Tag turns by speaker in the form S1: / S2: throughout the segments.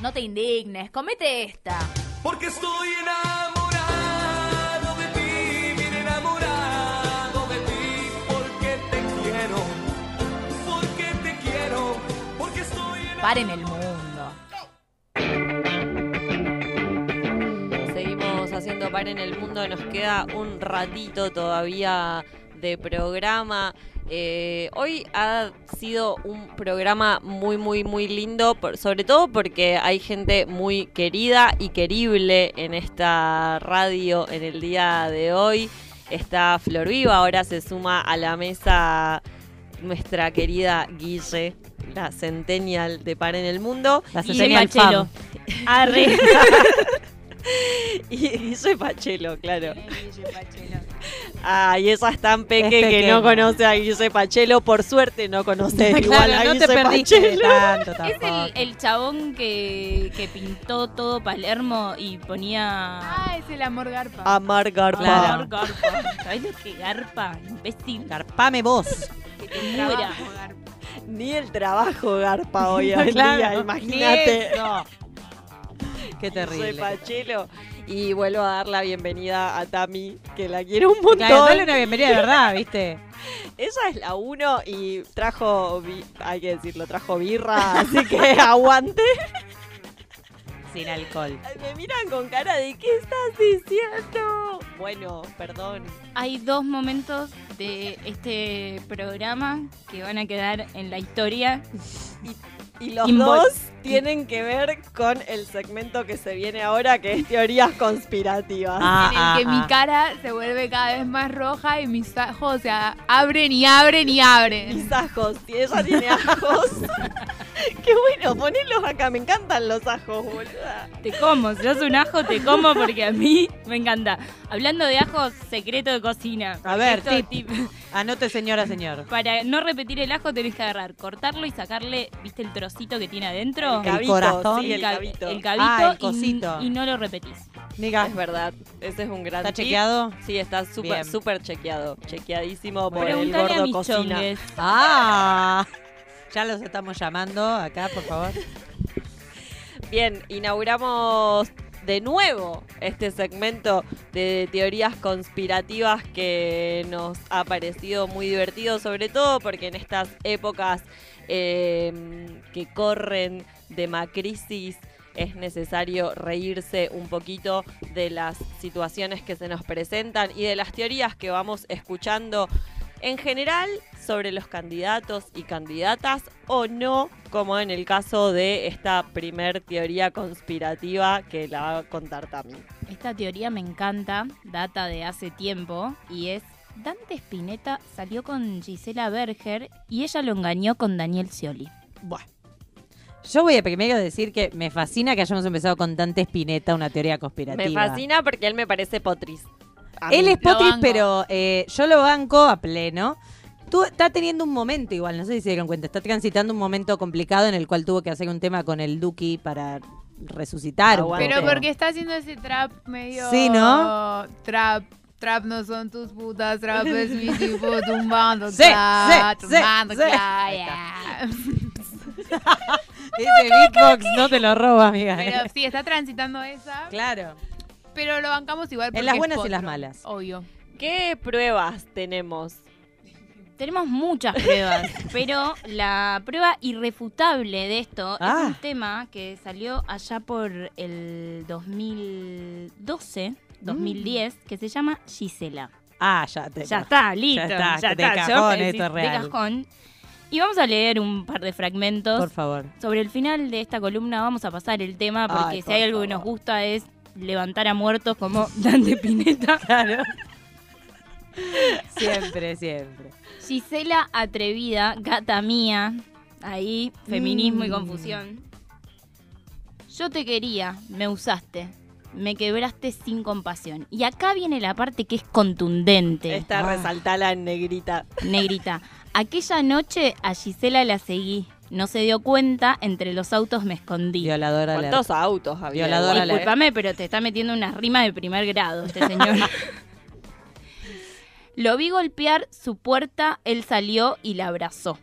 S1: No te indignes, comete esta.
S2: Porque estoy enamorado de ti, bien enamorado de ti, porque te quiero, porque te quiero, porque estoy enamorado.
S1: Paren el mundo.
S3: Seguimos haciendo par en el mundo, nos queda un ratito todavía de programa. Eh, hoy ha sido un programa muy, muy, muy lindo, por- sobre todo porque hay gente muy querida y querible en esta radio en el día de hoy. Está Flor Viva, ahora se suma a la mesa nuestra querida Guille, la Centennial de Par en el Mundo.
S4: La
S3: Y-
S4: Centennial
S3: Pachelo.
S4: Fam. Arre.
S3: Y Guille Pachelo, claro. Ah, y esa es tan peque
S4: Es
S3: que no
S4: pequeña.
S3: conoce a Guille Pachelo. Por suerte no conoce
S4: Claro,
S3: igual a
S4: no
S3: Guille
S4: te perdiste de
S3: Pachelo.
S4: tanto
S5: Es
S4: tampoco.
S5: el, el chabón que, que pintó todo Palermo y ponía.
S6: Ah, es el amor garpa.
S3: Amar Garpa.
S4: Claro.
S5: garpa. ¿Sabés lo que garpa? Imbécil.
S4: Garpame vos.
S6: que te
S5: Mira.
S6: trabajo garpa.
S3: Ni el trabajo Garpa hoy en día,
S4: Claro,
S3: imagínate.
S4: ni eso.
S3: Guille
S4: Qué terrible.
S3: Pachelo. Y vuelvo a dar la bienvenida a Tami, que la quiero un montón.
S4: Claro, dale una bienvenida de verdad, ¿viste?
S3: Ella es la uno y trajo, bi- hay que decirlo, trajo birra, así que aguante.
S4: Sin alcohol.
S3: Ay, Me miran con cara de ¿qué estás diciendo? Bueno, perdón.
S5: Hay dos momentos de este programa que van a quedar en la historia.
S3: Y los
S5: Invol-
S3: dos tienen que ver con el segmento que se viene ahora, que es teorías conspirativas.
S5: Ah.
S6: En
S4: Ah,
S6: el que mi cara se vuelve cada vez más roja y mis ojos se a- abren y abren y abren.
S3: Mis ajos, y ella tiene ajos. Qué bueno, ponelos acá, me encantan los ajos, boluda.
S5: Te como, si sos un ajo, te como porque a mí me encanta. Hablando de ajos, secreto de cocina.
S4: A ver,
S5: Esto,
S4: tip.
S5: tip-
S4: Anote, señora, señor.
S5: Para no repetir el ajo tenés que agarrar, cortarlo y sacarle, ¿viste el trocito que tiene adentro?
S4: El corazón.
S3: sí, el
S5: ca-
S3: cabito.
S5: el cabito
S4: Ah, el
S5: y-
S4: cosito.
S5: Y, no lo repetís.
S4: Diga,
S3: Es verdad, ese es un gran
S4: ¿está
S3: tip.
S4: chequeado?
S3: Sí, está súper,
S4: Bien.
S3: súper chequeado. Chequeadísimo por el
S5: Preguntale a
S3: gordo
S5: mis
S3: cocina.
S5: chongues.
S4: Ah, ya los estamos llamando acá, por favor.
S3: Bien, inauguramos de nuevo este segmento de teorías conspirativas que nos ha parecido muy divertido, sobre todo porque en estas épocas eh, que corren de macrisis es necesario reírse un poquito de las situaciones que se nos presentan y de las teorías que vamos escuchando en general sobre los candidatos y candidatas o no, como en el caso de esta primer teoría conspirativa que la va a contar Tami.
S5: Esta teoría me encanta, data de hace tiempo, y es Dante Spinetta salió con Gisela Berger y ella lo engañó con Daniel Scioli.
S4: Bueno. Yo voy a primero decir que me fascina que hayamos empezado con Dante Spinetta, una teoría conspirativa.
S3: Me fascina porque él me parece potris. A mí.
S4: Él es
S6: Lo
S4: Potris,
S6: banco.
S4: pero eh, yo lo banco a pleno. Tú, está teniendo un momento igual, no sé si se dieron cuenta, está transitando un momento complicado en el cual tuvo que hacer un tema con el Duki para resucitar. un
S3: Aguante.
S4: poco.
S6: Pero porque está haciendo ese trap medio.
S4: Sí, ¿no?
S6: Trap. Trap no son tus putas, trap es mi tipo tumbando,
S4: Sí,
S6: clap,
S4: sí, sí,
S6: tumbando,
S4: sí.
S6: clap,
S4: Ahí
S6: yeah.
S4: Ese beatbox no te lo roba, amiga.
S6: Pero sí, está transitando esa,
S4: Claro.
S6: pero lo bancamos igual. porque
S4: las
S6: es
S4: buenas y las
S6: potro,
S4: malas.
S6: Obvio.
S3: ¿Qué pruebas tenemos?
S5: Tenemos muchas pruebas, pero la prueba irrefutable de esto es
S4: Ah.
S5: un tema que salió allá por el
S4: Mm.
S5: 2012, 2010, que se llama Gisela.
S4: Ah, ya te.
S5: Ya está, listo.
S4: está, de
S5: yo
S4: cajón,
S5: pensé-
S4: esto es
S5: de
S4: real.
S5: cajón. Y vamos a leer un par de fragmentos.
S4: Por favor.
S5: Sobre el final de esta columna vamos a pasar el tema porque
S4: Ay,
S5: si hay
S4: por
S5: algo que nos
S4: favor.
S5: gusta es levantar a muertos como Dante Pineta.
S4: Claro. siempre, siempre.
S5: Gisela atrevida, gata mía. Ahí, feminismo y confusión. Yo te quería, me usaste, me quebraste sin compasión. Y acá viene la parte que es contundente.
S3: Esta
S4: Ah.
S3: resaltala en negrita.
S5: Negrita, aquella noche a Gisela la seguí. No se dio cuenta, entre los autos me escondí.
S4: Violadora alert.
S3: ¿Cuántos autos había?
S4: Violadora
S3: igual, eh?
S5: Disculpame, pero te está metiendo unas rimas de primer grado este señor. Lo vi golpear su puerta, él salió y la abrazó.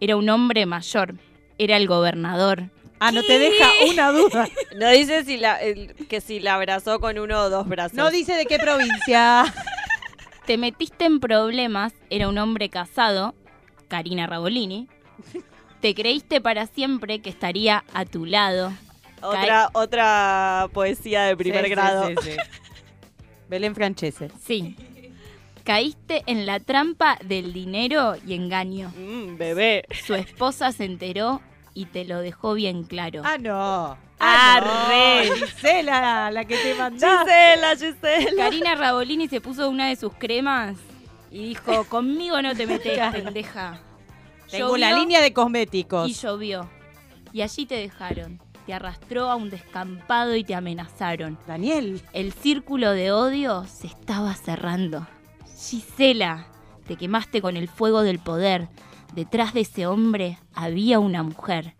S5: Era un hombre mayor, era el gobernador.
S4: Ah, no te deja una duda.
S3: No dice si la, el- que si la abrazó con uno o dos brazos.
S4: No dice de qué provincia.
S5: Te metiste en problemas, era un hombre casado, Karina Rabolini. Te creíste para siempre que estaría a tu lado.
S3: otra, otra poesía de primer
S4: Sí, sí,
S3: grado.
S4: sí, sí. Belén Francese.
S5: Sí. Caíste en la trampa del dinero y engaño.
S3: Mm, bebé.
S5: Su esposa se enteró y te lo dejó bien claro.
S4: Ah, no.
S3: Ah,
S5: Arre.
S4: Ah, No, Gisela, Eh, la que te mandaste.
S3: Gisela, Gisela.
S5: Karina Rabolini se puso una de sus cremas y dijo, conmigo no te metes, pendeja.
S4: Tengo la
S5: Llovió
S4: línea de
S5: Y
S4: cosméticos.
S5: llovió. Y allí te dejaron. Te arrastró a un descampado y te amenazaron.
S4: Daniel.
S5: El círculo de odio se estaba cerrando. Gisela, te quemaste con el fuego del poder. Detrás de ese hombre había una mujer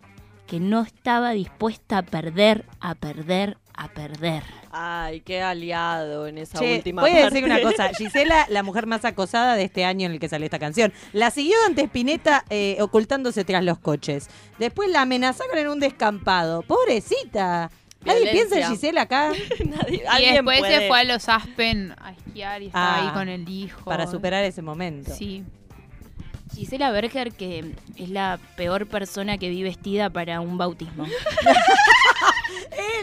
S5: que no estaba dispuesta a perder, a perder, a perder.
S3: Ay, qué aliado en esa
S4: Che,
S3: última
S4: voy a
S3: parte.
S4: decir una cosa. Gisela, la mujer más acosada de este año en el que salió esta canción. La siguió Dante Spinetta eh, ocultándose tras los coches. Después la amenazaron en un descampado. Pobrecita. Nadie
S3: Violencia.
S4: piensa en Gisela acá
S3: Nadie-
S6: Y
S3: alguien
S6: después
S3: puede.
S6: se fue a los Aspen a esquiar y estaba
S4: Ah,
S6: ahí con el hijo.
S4: para superar ese momento.
S6: Sí.
S5: Gisela Berger, que es la peor persona que vi vestida para un bautismo.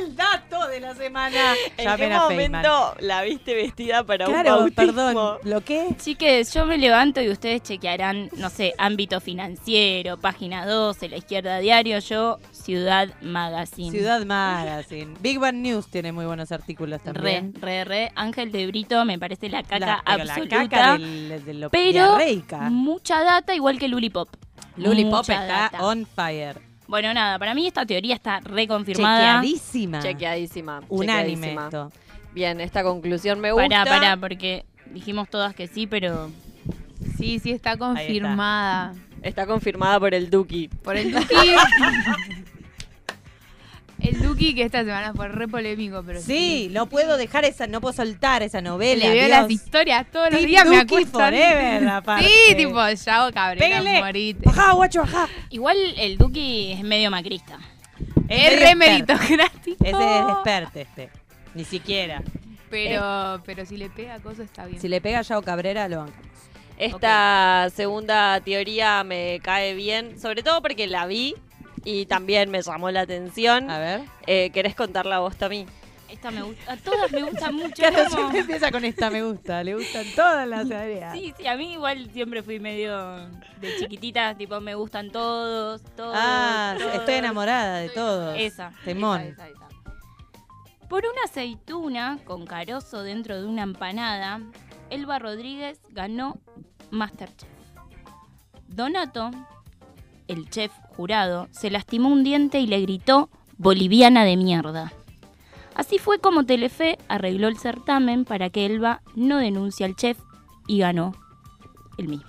S4: El dato de la semana.
S3: ¿En qué
S4: Llamen a Feynman.
S3: momento la viste vestida para
S4: Claro,
S3: un bautismo?
S4: perdón. ¿Lo qué?
S5: Chiques, yo me levanto y ustedes chequearán, no sé, ámbito financiero, página 12, la izquierda diario, yo, Ciudad Magazine.
S4: Ciudad Magazine. Big Bang News tiene muy buenos artículos
S5: Re,
S4: también.
S5: re, re. Ángel de Brito me parece la caca
S4: La- pero la
S5: absoluta.
S4: caca del- de lo
S5: pero
S4: diarreica.
S5: mucha data, igual que Lulipop.
S4: Lulipop
S5: Mucha
S4: está
S5: data.
S4: on fire.
S5: Bueno, nada, para mí esta teoría está reconfirmada.
S4: Chequeadísima.
S3: Chequeadísima.
S4: Unánime
S3: chequeadísima.
S4: Ah. esto.
S3: Bien, esta conclusión me gusta.
S5: Pará, pará, porque dijimos todas que sí, pero
S6: Sí, sí, está confirmada.
S3: Está confirmada por el Duki.
S6: Por el Duki. el Duki que esta semana fue re polémico, pero
S4: Sí, no puedo dejar esa, no puedo soltar esa novela.
S6: Le veo
S4: Dios.
S6: las historias todos los
S4: Team
S6: días, me
S4: Duki
S6: acuestan.
S4: forever, aparte.
S6: Sí, tipo, ya cabrera,
S4: Pégale.
S6: morite.
S4: Bajá, guacho, bajá.
S5: igual el Duki es medio macrista.
S6: Es re meritocrático.
S4: Ese es desperte este. Ni siquiera.
S6: Pero, pero si le pega cosas está bien.
S4: Si le pega a Yao Cabrera, lo banco.
S3: Esta segunda teoría me cae bien, sobre todo porque la vi y también me llamó la atención.
S4: A ver.
S3: Eh, ¿Querés contarla vos, Tommy?
S5: Esta me gusta, a todas me gustan mucho.
S4: Claro,
S5: es como-
S4: siempre empieza con esta, me gusta. Le gustan todas las áreas.
S5: Sí, sí, a mí igual siempre fui medio de chiquitita, tipo me gustan todos, todos.
S4: Ah,
S5: todos.
S4: estoy enamorada de todos.
S5: Esa.
S4: Temón.
S5: esa, esa, esa. Por una aceituna con carozo dentro de una empanada, Elba Rodríguez ganó Masterchef. Donato, el chef jurado, se lastimó un diente y le gritó boliviana de mierda. Así fue como Telefe arregló el certamen para que Elba no denuncie al chef y ganó el mismo.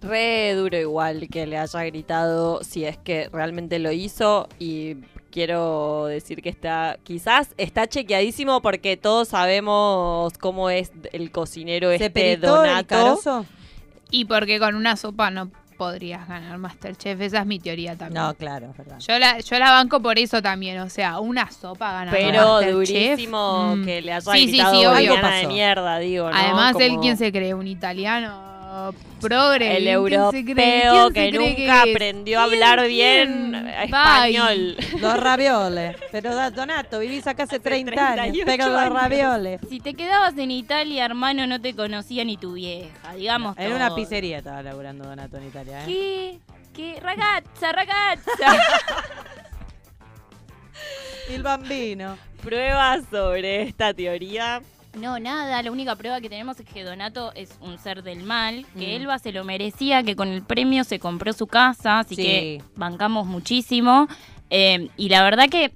S3: Re duro igual que le haya gritado si es que realmente lo hizo y quiero decir que está quizás está chequeadísimo porque todos sabemos cómo es el cocinero
S4: ¿Se
S3: este
S4: peritó el
S3: Donato.
S4: carozo?
S6: Y porque con una sopa no podrías ganar Masterchef, esa es mi teoría también.
S4: No, claro, es verdad.
S6: Yo la, yo la banco por eso también, o sea, una sopa gana
S3: Pero
S6: Ah, Masterchef.
S3: durísimo
S6: Mm.
S3: que le haya
S6: Sí, sí,
S3: gritado
S6: sí, obvio.
S3: "Boliviana
S4: Algo
S3: de
S4: pasó.
S3: mierda, digo, ¿no?
S6: Además, él
S3: Como-
S6: quién se cree, un italiano progre.
S3: el
S6: ¿Quién se cree?
S3: europeo
S6: ¿Quién se
S3: que
S6: cree
S3: nunca
S6: es?
S3: aprendió a
S6: ¿Quién-
S3: hablar
S6: quién?
S3: bien eh,
S6: Bye.
S3: español.
S4: Los ravioles. Pero da- Donato, vivís acá hace 30 años.
S3: 38
S4: Pero los
S3: años.
S4: ravioles.
S5: Si te quedabas en Italia, hermano, no te conocía ni tu vieja, digamos.
S4: En una
S5: todo.
S4: pizzería estaba laburando Donato en Italia. ¿eh?
S5: ¿Qué? ¿Qué? Ragazza, ragazza.
S4: Y el bambino.
S3: Pruebas sobre esta teoría.
S5: no, nada, la única prueba que tenemos es que Donato es un ser del mal, que
S4: Mm.
S5: Elba se lo merecía, que con el premio se compró su casa, así
S4: Sí.
S5: que bancamos muchísimo. Eh, y la verdad que,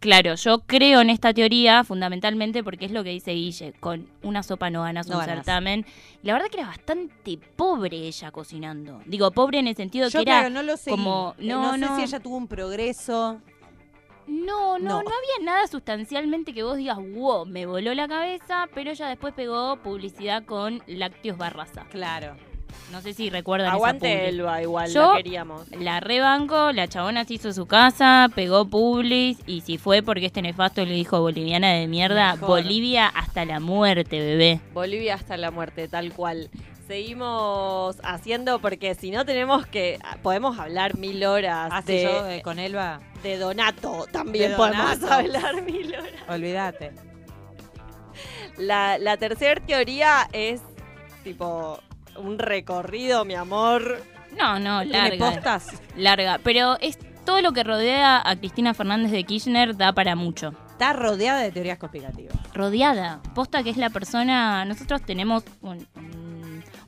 S5: claro, yo creo en esta teoría fundamentalmente porque es lo que dice Guille, con una sopa no ganas
S4: No
S5: un
S4: ganas.
S5: certamen. Y la verdad que era bastante pobre ella cocinando. Digo, pobre en el sentido
S4: Yo,
S5: que era...
S4: claro, no lo sé.
S5: como- no,
S4: sé
S5: no.
S4: si ella tuvo un progreso.
S5: No, no,
S4: No.
S5: no, había nada sustancialmente que vos digas, wow, me voló la cabeza, pero ella después pegó publicidad con lácteos barraza.
S4: Claro.
S5: No sé si recuerdan esa
S3: Aguante
S5: publi.
S3: Elba, igual,
S5: Yo-
S3: la queríamos.
S5: La rebanco, la chabona se hizo su casa, pegó Publis y si fue porque este nefasto le dijo boliviana de mierda,
S3: Mejor.
S5: Bolivia hasta la muerte, bebé.
S3: Bolivia hasta la muerte, tal cual. Seguimos haciendo porque si no tenemos que... ah, Podemos hablar mil horas
S4: Hace
S3: de,
S4: yo eh, con Elba,
S3: de Donato. También
S4: De
S3: podemos
S4: Donato.
S3: hablar mil horas.
S4: olvídate.
S3: La, la tercera teoría es tipo un recorrido, mi amor.
S5: No, no,
S4: ¿Tiene
S5: larga.
S4: postas?
S5: Larga. Pero es todo lo que rodea a Cristina Fernández de Kirchner da para mucho.
S4: Está rodeada de teorías conspirativas.
S5: rodeada. Posta que es la persona. Nosotros tenemos un, un-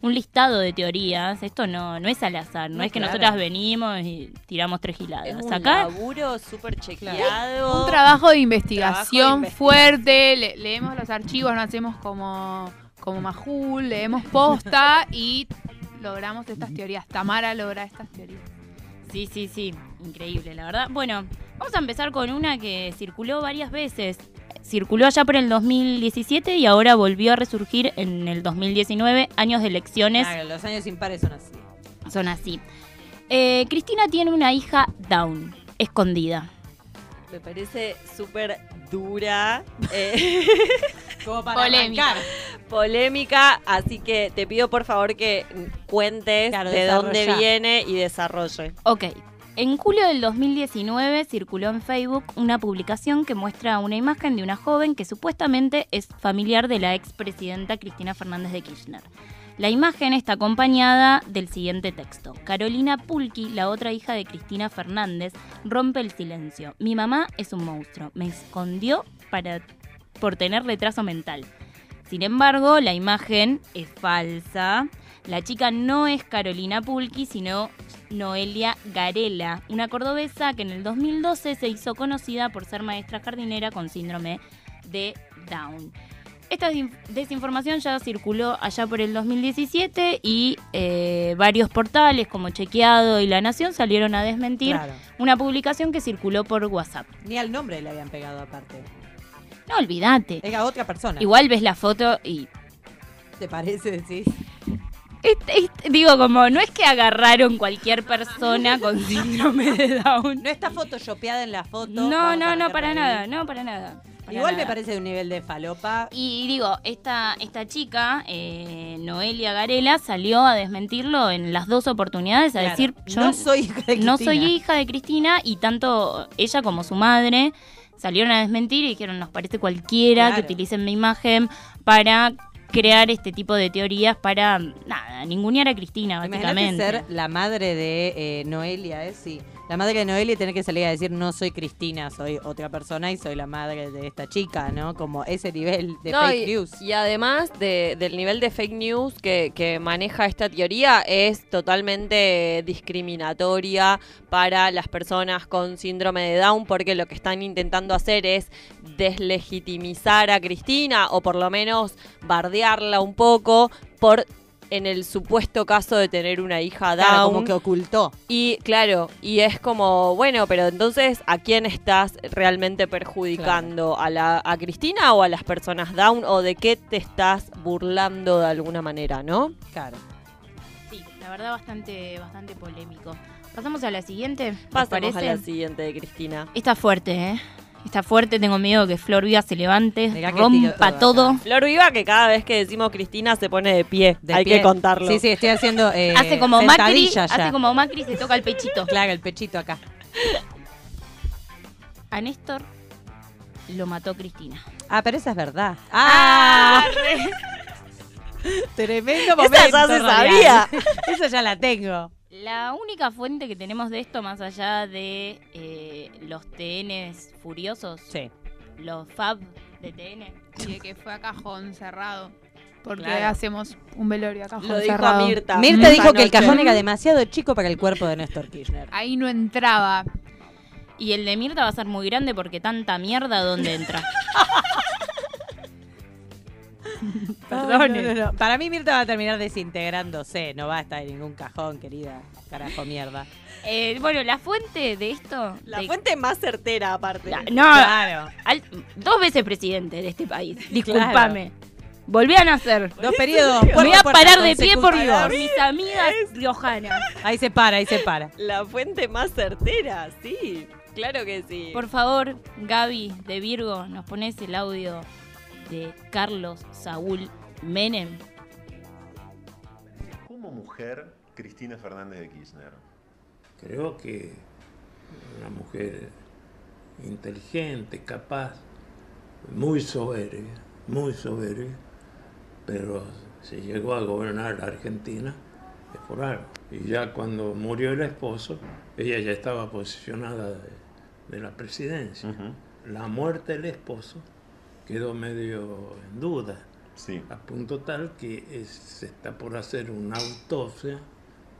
S5: un listado de teorías. Esto no, no es al azar. No,
S4: No,
S5: es que
S4: claro.
S5: nosotras venimos y tiramos tres
S3: Es
S5: giladas.
S3: un
S5: Acá
S3: laburo súper chequeado.
S6: Un trabajo de investigación
S3: Trabajo de
S6: fuerte, le- leemos los archivos, no hacemos como, como Majul, leemos posta y logramos estas teorías. Tamara logra estas teorías.
S5: Sí, sí, sí. Increíble, la verdad. Bueno, vamos a empezar con una que circuló varias veces. Circuló allá por el 2017 y ahora volvió a resurgir en el 2019, años de elecciones.
S4: Claro, los años impares son así.
S5: Son así. Eh, Cristina tiene una hija Down, escondida.
S3: Me parece súper dura, eh,
S4: Como para
S6: Polémica.
S4: arrancar.
S3: polémica, así que te pido por favor que cuentes
S4: Claro,
S3: de dónde
S4: desarrollá.
S3: viene y desarrolle.
S5: Ok. En julio del 2019 circuló en Facebook una publicación que muestra una imagen de una joven que supuestamente es familiar de la expresidenta Cristina Fernández de Kirchner. La imagen está acompañada del siguiente texto. Carolina Pulqui, la otra hija de Cristina Fernández, rompe el silencio. Mi mamá es un monstruo. Me escondió para, por tener retraso mental. Sin embargo, la imagen es falsa. La chica no es Carolina Pulqui, sino Noelia Garela, una cordobesa que en el 2012 se hizo conocida por ser maestra jardinera con síndrome de Down. Esta desin- desinformación ya circuló allá por el 2017 y eh, varios portales como Chequeado y La Nación salieron a desmentir
S4: Claro.
S5: una publicación que circuló por WhatsApp.
S4: Ni al nombre le habían pegado aparte.
S5: No olvídate.
S4: Era otra persona.
S5: Igual ves la foto y
S4: ¿Te parece? decís?
S5: Este- este- digo, como no es que agarraron cualquier persona con síndrome de Down.
S4: No está photoshopeada en la foto.
S5: No,
S4: vamos
S5: no,
S4: a
S5: no,
S4: arrancar
S5: para
S4: ahí.
S5: nada, no, para nada. para
S4: Igual me
S5: nada.
S4: parece de un nivel de falopa.
S5: Y digo, esta, esta chica, eh, Noelia Garela, salió a desmentirlo en las dos oportunidades, a
S4: Claro,
S5: decir, yo
S4: no soy hija de
S5: no soy
S4: Cristina.
S5: hija de Cristina y tanto ella como su madre salieron a desmentir y dijeron, nos parece cualquiera que
S4: Claro.
S5: utilicen mi imagen para crear este tipo de teorías para, nada, ningunear a Cristina,
S4: Imagínate
S5: básicamente.
S4: ser la madre de eh, Noelia, ¿eh? Sí. La madre de Noelia y tener que salir a decir, no soy Cristina, soy otra persona y soy la madre de esta chica, ¿no? Como ese nivel de
S3: No,
S4: fake
S3: y,
S4: news.
S3: y además de- del nivel de fake news que, que maneja esta teoría es totalmente discriminatoria para las personas con síndrome de Down porque lo que están intentando hacer es deslegitimizar a Cristina o por lo menos bardearla un poco por en el supuesto caso de tener una hija Down.
S4: Claro, como que ocultó.
S3: Y claro, y es como, bueno, pero entonces, ¿a quién estás realmente perjudicando? ¿A, la, ¿A Cristina o a las personas down? ¿O de qué te estás burlando de alguna manera, no?
S4: Claro.
S5: Sí, la verdad bastante, bastante polémico. Pasamos a la siguiente. ¿les
S3: Pasamos a
S5: parece?
S3: la siguiente de Cristina.
S5: Está fuerte, ¿eh? Está fuerte, tengo miedo que Flor Viva se levante,
S4: Mirá que
S5: rompa
S4: tiro todo
S5: todo,
S4: acá.
S3: Flor Viva, que cada vez que decimos Cristina se pone de pie.
S4: De
S3: Hay
S4: pie.
S3: que contarlo.
S4: Sí, sí, estoy haciendo. eh,
S5: hace como Macri,
S4: sentadilla ya.
S5: hace como Macri y se toca el pechito.
S4: Claro, el pechito acá.
S5: A Néstor lo mató Cristina.
S4: Ah, pero esa es verdad. ¡Ah! Tremendo momento.
S3: Esa ya se
S4: Radial. Esa ya la tengo.
S5: La única fuente que tenemos de esto, más allá de eh, los TNs furiosos,
S4: Sí.
S5: los FAB de TN,
S6: Y de que fue a cajón cerrado. Porque
S3: Claro.
S6: hacemos un velorio a cajón
S3: Lo dijo
S6: cerrado. Mm.
S3: Mirta.
S4: Mirta dijo que el
S3: Anoche.
S4: cajón era demasiado chico para el cuerpo de Néstor Kirchner.
S6: Ahí no entraba.
S5: Y el de Mirta va a ser muy grande porque tanta mierda donde entra.
S4: Perdón. Para mí Mirta va a terminar desintegrándose. No va a estar en ningún cajón, querida. Carajo, mierda.
S5: Eh, bueno, la fuente de esto.
S3: La
S5: de-
S3: fuente más certera, aparte.
S5: La- no,
S4: Claro.
S5: al- dos veces presidente de este país.
S4: Claro.
S5: Discúlpame. Volví a nacer.
S4: Dos periodos.
S5: Me voy
S4: puerta
S5: a
S4: puerta,
S5: parar de pie por
S4: consecutivos.
S5: mis amigas riojanas.
S4: Ahí se para, ahí se para.
S3: La fuente más certera, sí. Claro que sí.
S5: Por favor, Gaby de Virgo, nos pones el audio de Carlos Saúl Menem.
S7: Como mujer, Cristina Fernández de Kirchner.
S8: Creo que una mujer inteligente, capaz, muy soberbia, muy soberbia, pero si llegó a gobernar la Argentina es por algo. Y ya cuando murió el esposo, ella ya estaba posicionada de, de la presidencia. La muerte del esposo quedó medio en duda,
S7: Sí.
S8: a punto tal que es- se está por hacer una autopsia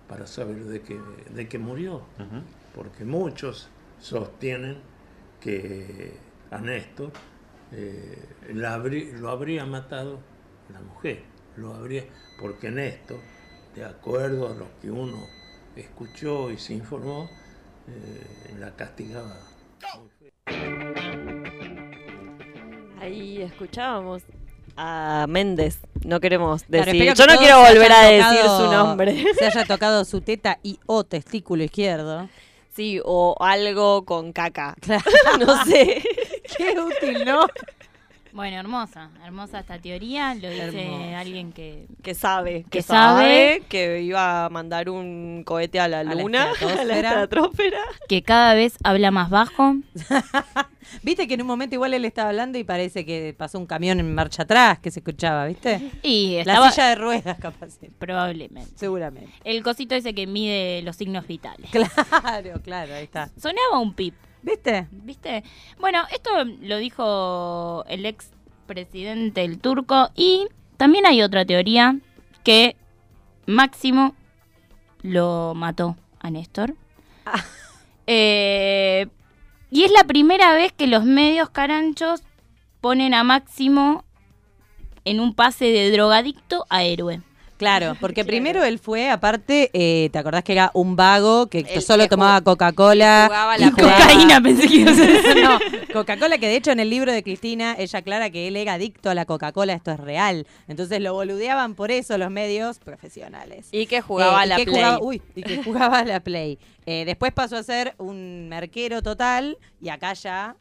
S8: para saber de qué, de qué murió
S7: Ujú.
S8: porque muchos sostienen que a Néstor eh, la habrí- lo habría matado la mujer, lo habría, porque Néstor, de acuerdo a lo que uno escuchó y se informó, eh, la castigaba.
S3: Ahí escuchábamos a Méndez. No queremos
S4: Claro,
S3: decir.
S4: espero que
S3: Yo no
S4: todos
S3: quiero
S4: se
S3: volver a
S4: hayan
S3: decir su
S4: tocado-
S3: nombre.
S4: Se haya tocado su teta y o testículo izquierdo.
S3: Sí, o algo con caca. no sé.
S4: Qué útil, ¿no?
S5: Bueno, hermosa, hermosa esta teoría. Lo dice
S4: Hermosa.
S5: alguien que
S3: Que sabe. Que,
S5: Que
S3: sabe,
S5: sabe.
S3: que iba a mandar un cohete a la
S4: la
S3: luna. A la
S4: estratosfera.
S3: estratosfera.
S5: que cada vez habla más bajo.
S4: Viste que en un momento igual él estaba hablando y parece que pasó un camión en marcha atrás que se escuchaba, ¿viste?
S5: Y estaba
S4: La silla de ruedas, capaz. era.
S5: probablemente.
S4: Seguramente.
S5: El cosito ese que mide los signos vitales.
S4: Claro, claro, ahí está.
S5: Sonaba un pip,
S4: ¿Viste?
S5: ¿viste? Bueno, esto lo dijo el ex presidente el turco y también hay otra teoría que Máximo lo mató a Néstor. Eh, y es la primera vez que los medios caranchos ponen a Máximo en un pase de drogadicto a héroe.
S4: Claro, porque primero él fue, aparte, eh, ¿te acordás que era un vago que
S3: El
S4: solo
S3: que
S4: tomaba
S3: jug-
S4: Coca-Cola?
S3: jugaba la
S4: y
S3: jugada.
S4: jugaba-
S5: Cocaína, pensé que ibas a decir.
S4: No, Coca-Cola, que de hecho en el libro de Cristina, ella aclara que él era adicto a la Coca-Cola, esto es real. Entonces lo boludeaban por eso los medios profesionales.
S3: Y que jugaba
S4: Eh, y
S3: la
S4: que
S3: play.
S4: jugaba- uy, y que jugaba a la Play. Eh, después pasó a ser un merquero total y acá ya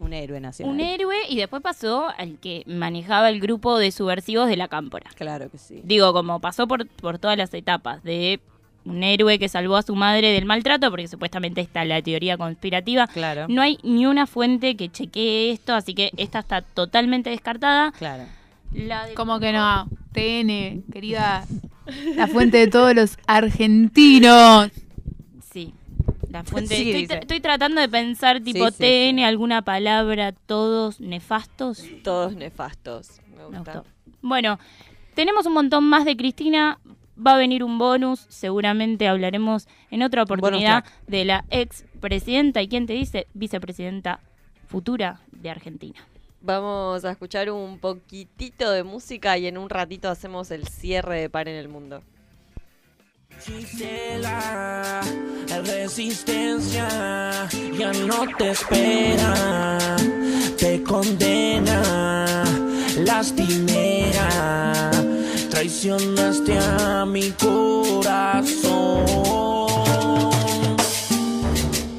S4: un héroe nacional.
S5: Un héroe y después pasó al que manejaba el grupo de subversivos de la cámpora.
S4: Claro que sí.
S5: Digo, como pasó por, por todas las etapas de un héroe que salvó a su madre del maltrato, porque supuestamente está la teoría conspirativa.
S4: Claro.
S5: No hay ni una fuente que chequee esto, así que esta está totalmente descartada.
S4: Claro.
S5: La del-
S6: Como que no, TN, querida, la fuente de todos los argentinos.
S5: Sí. La fuente.
S4: Sí,
S5: estoy,
S4: dice.
S5: tra- estoy tratando de pensar tipo
S4: Sí, sí,
S5: TN, alguna palabra, todos nefastos.
S3: Todos nefastos. Me
S5: Me
S3: gusta.
S5: gustó. Bueno, tenemos un montón más de Cristina. Va a venir un bonus. Seguramente hablaremos en otra
S4: bonus
S5: oportunidad de la ex presidenta y quién te dice vicepresidenta futura de Argentina.
S3: Vamos a escuchar un poquitito de música y en un ratito hacemos el cierre de Par en el Mundo.
S2: Gisela, resistencia ya no te espera, te condena, lastimera, traicionaste a mi corazón.